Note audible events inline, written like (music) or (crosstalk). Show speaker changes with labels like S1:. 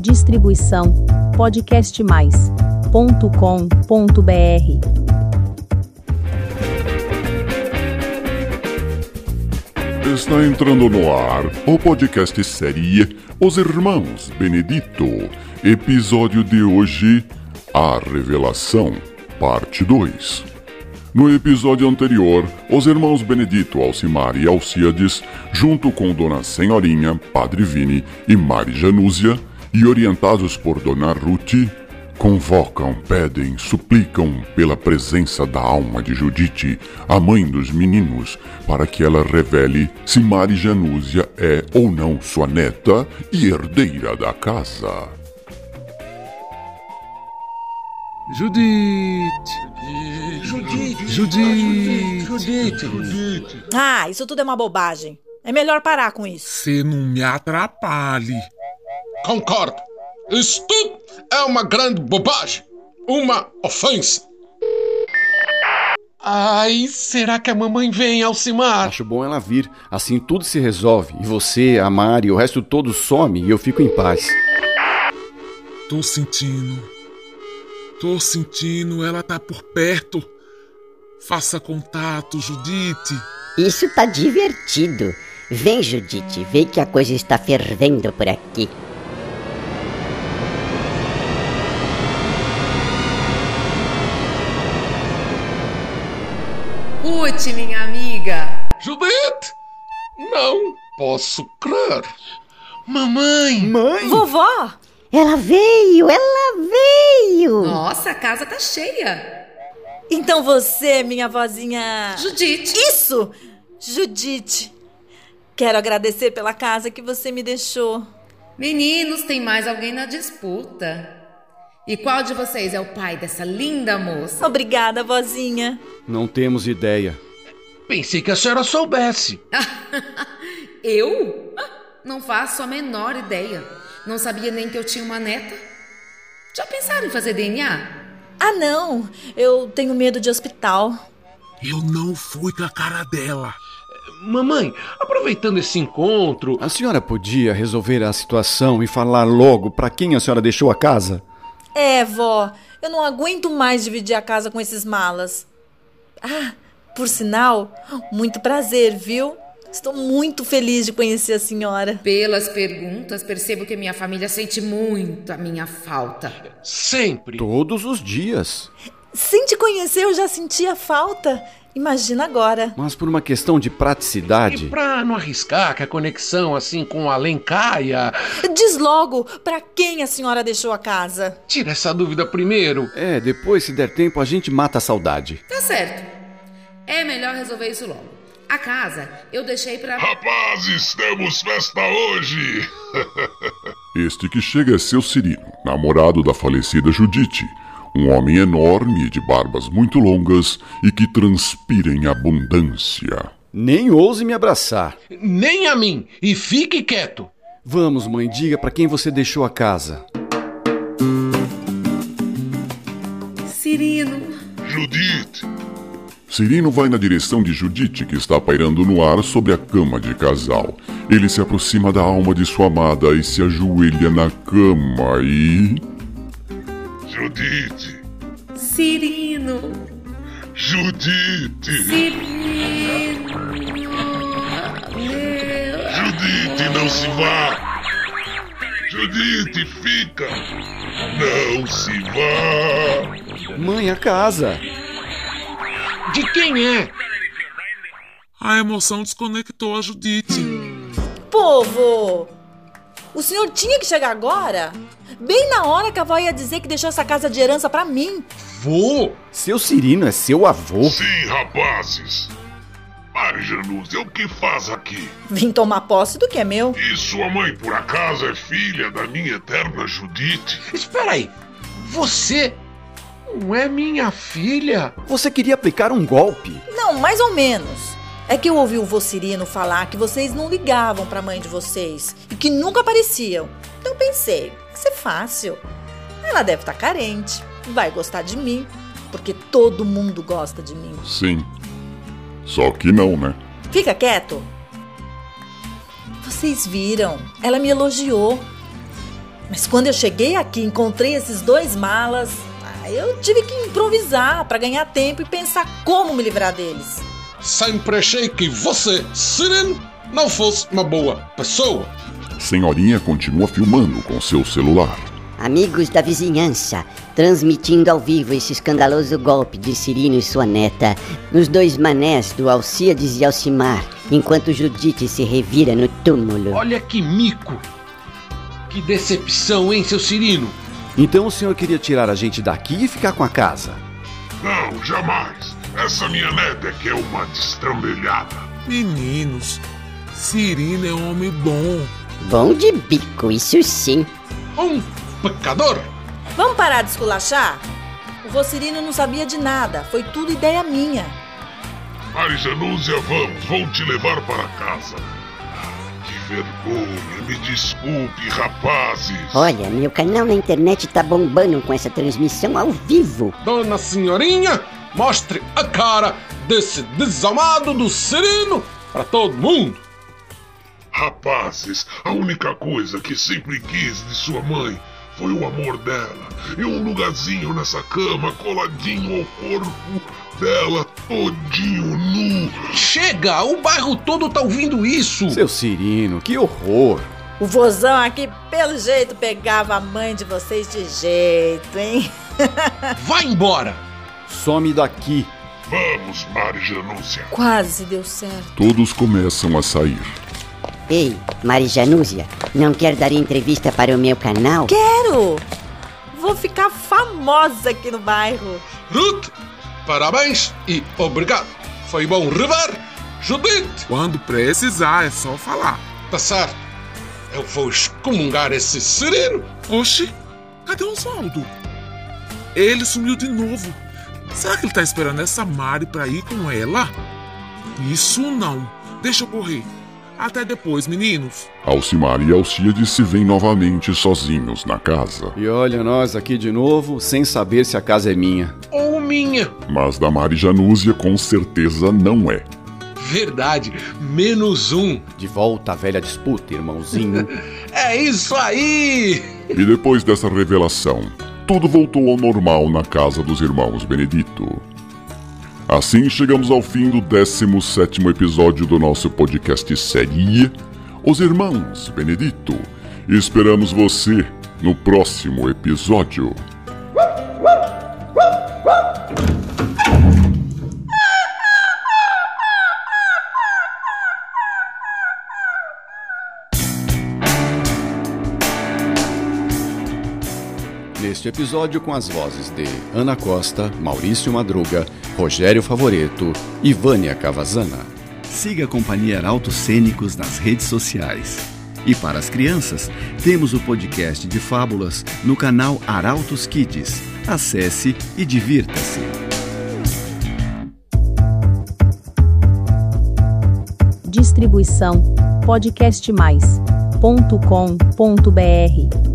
S1: Distribuição podcastmais.com.br.
S2: Está entrando no ar o podcast série Os Irmãos Benedito. Episódio de hoje: A Revelação, parte 2. No episódio anterior, os irmãos Benedito, Alcimar e Alcíades, junto com Dona Senhorinha, Padre Vini e Mari Janúzia, e orientados por Dona Ruth, convocam, pedem, suplicam pela presença da alma de Judite, a mãe dos meninos, para que ela revele se Mari Janúzia é ou não sua neta e herdeira da casa.
S3: Judite! Judite! Judite!
S4: Ah, isso tudo é uma bobagem. É melhor parar com isso.
S3: Você não me atrapalhe.
S5: Concordo. Isso tudo é uma grande bobagem. Uma ofensa. Ai, será que a mamãe vem, Alcimar?
S6: Acho bom ela vir. Assim tudo se resolve. E você, a Mari, o resto todo some e eu fico em paz.
S3: Tô sentindo. Tô sentindo, ela tá por perto. Faça contato, Judite.
S7: Isso tá divertido. Vem, Judite, vem que a coisa está fervendo por aqui.
S8: Ruth, minha amiga.
S5: Judite! Não posso crer. Mamãe!
S4: Vovó!
S7: Ela veio, ela veio!
S8: Nossa, a casa tá cheia.
S4: Então você, minha vozinha.
S8: Judite.
S4: Isso! Judite! Quero agradecer pela casa que você me deixou.
S8: Meninos, tem mais alguém na disputa. E qual de vocês é o pai dessa linda moça? (laughs)
S4: Obrigada, vozinha.
S6: Não temos ideia.
S5: Pensei que a senhora soubesse.
S8: Eu? Ah, Não faço a menor ideia. Não sabia nem que eu tinha uma neta. Já pensaram em fazer DNA?
S4: Ah, não! Eu tenho medo de hospital.
S3: Eu não fui com a cara dela.
S5: Mamãe, aproveitando esse encontro,
S6: A senhora podia resolver a situação e falar logo pra quem a senhora deixou a casa?
S4: É, vó, eu não aguento mais dividir a casa com esses malas. Ah, por sinal, muito prazer, viu? Estou muito feliz de conhecer a senhora.
S8: Pelas perguntas, percebo que minha família sente muito a minha falta.
S5: sempre.
S6: Todos os dias.
S4: Sem te conhecer, eu já sentia falta. Imagina agora.
S6: Mas por uma questão de
S5: E
S6: praticidade.
S5: pra não arriscar que a conexão assim com além caia,
S4: Diz logo pra quem a senhora deixou a casa.
S5: tira essa dúvida primeiro.
S6: É, depois, se der tempo, a gente mata a saudade.
S8: Tá certo. É melhor resolver isso logo. A casa eu deixei pra.
S2: Rapazes, temos festa hoje! (laughs) este que chega é seu Cirino, namorado da falecida Judite, um homem enorme de barbas muito longas e que transpira em abundância.
S6: Nem ouse me abraçar.
S5: Nem a mim. E fique quieto.
S6: Vamos, mãe, diga pra quem você deixou a casa.
S8: Cirino.
S2: Cirino vai na direção de Judite, que está pairando no ar sobre a cama de casal. Ele se aproxima da alma de sua amada e se ajoelha na cama e. Judite!
S8: Cirino.
S2: Judite!
S8: Cirino. Meu.
S2: Judite, não se vá! Judite, fica! Não se vá!
S6: Mãe, a casa.
S5: De quem é?
S3: A emoção desconectou a Judite.
S4: Povo! O senhor tinha que chegar agora? Bem na hora que a avó ia dizer que deixou essa casa de herança pra mim.
S5: Vou.
S6: Seu Cirino é seu avô.
S2: Sim, rapazes! Marjanus, é o que faz aqui?
S4: Vim tomar posse do que é meu.
S2: E sua mãe, por acaso, é filha da minha eterna Judite?
S5: Espera aí. Você não é minha filha?
S6: Você queria aplicar um golpe.
S4: Não, mais ou menos. É que eu ouvi o vô Cirino falar que vocês não ligavam pra mãe de vocês e que nunca apareciam. Então eu pensei, isso é fácil. Ela deve estar carente, vai gostar de mim, porque todo mundo gosta de mim.
S2: Sim. Só que não, né?
S4: Fica quieto. Vocês viram? Ela me elogiou. Mas quando eu cheguei aqui e encontrei esses dois malas, ah, eu tive que improvisar para ganhar tempo e pensar como me livrar deles.
S5: Sempre achei que você, Sirene, não fosse uma boa pessoa.
S2: Senhorinha continua filmando com seu celular.
S7: Amigos da vizinhança, transmitindo ao vivo esse escandaloso golpe de Cirino e sua neta nos dois manés do Alcíades e Alcimar, enquanto Judite se revira no túmulo.
S5: Olha que mico! Que decepção, hein, seu Cirino?
S6: Então o senhor queria tirar a gente daqui e ficar com a casa?
S2: Não, jamais. Essa minha neta é que é uma destrambelhada.
S3: Meninos, Cirino é um homem bom.
S7: Bom de bico, isso sim.
S5: Um pecador!
S4: Vamos parar de esculachar? O Vocirino não sabia de nada, foi tudo ideia minha.
S2: é Marijanúzia, vamos, vou te levar para casa. Que vergonha, me desculpe, rapazes.
S7: Olha, meu canal na internet tá bombando com essa transmissão ao vivo.
S5: Dona Senhorinha, mostre a cara desse desalmado do Cirino para todo mundo!
S2: Rapazes, a única coisa que sempre quis de sua mãe foi o amor dela e um lugarzinho nessa cama coladinho ao corpo dela, todinho nu.
S5: Chega! O bairro todo tá ouvindo isso!
S6: Seu Cirino, que horror!
S4: O vozão aqui, pelo jeito, pegava a mãe de vocês de jeito, hein?
S5: Vai embora!
S6: Some daqui!
S2: Vamos, Marijanúcia.
S4: Quase deu certo.
S2: Todos começam a sair.
S7: Ei, Mari Janúzia, não quer dar entrevista para o meu canal?
S4: Quero! Vou ficar famosa aqui no bairro.
S5: Ruth, parabéns e obrigado! Foi bom rever! Judith,
S3: Quando precisar, é só falar.
S5: tá certo! Eu vou excomungar esse Cirino!
S3: Oxi, cadê o Oswaldo? Ele sumiu de novo. Será que ele tá esperando essa Mari pra ir com ela? Isso não. Deixa eu correr. Até depois, meninos.
S2: Alcimar e Alcíades se veem novamente sozinhos na casa.
S6: E olha nós aqui de novo, sem saber se a casa é minha.
S5: Ou minha!
S2: Mas da Mari Janúzia com certeza não é.
S5: Verdade, menos um!
S6: De volta à velha disputa, irmãozinho.
S5: É isso aí!
S2: E depois dessa revelação, tudo voltou ao normal na casa dos irmãos Benedito. Assim chegamos ao fim do 17º episódio do nosso podcast série Os Irmãos Benedito. E esperamos você no próximo episódio.
S6: Neste episódio com as vozes de Ana Costa, Maurício Madruga, Rogério Favoreto e Vânia Cavazana.
S9: Siga a Companhia Arautos Cênicos nas redes sociais. E para as crianças, temos o podcast de fábulas no canal Arautos Kids. Acesse e divirta-se.
S1: Distribuição podcastmais.com.br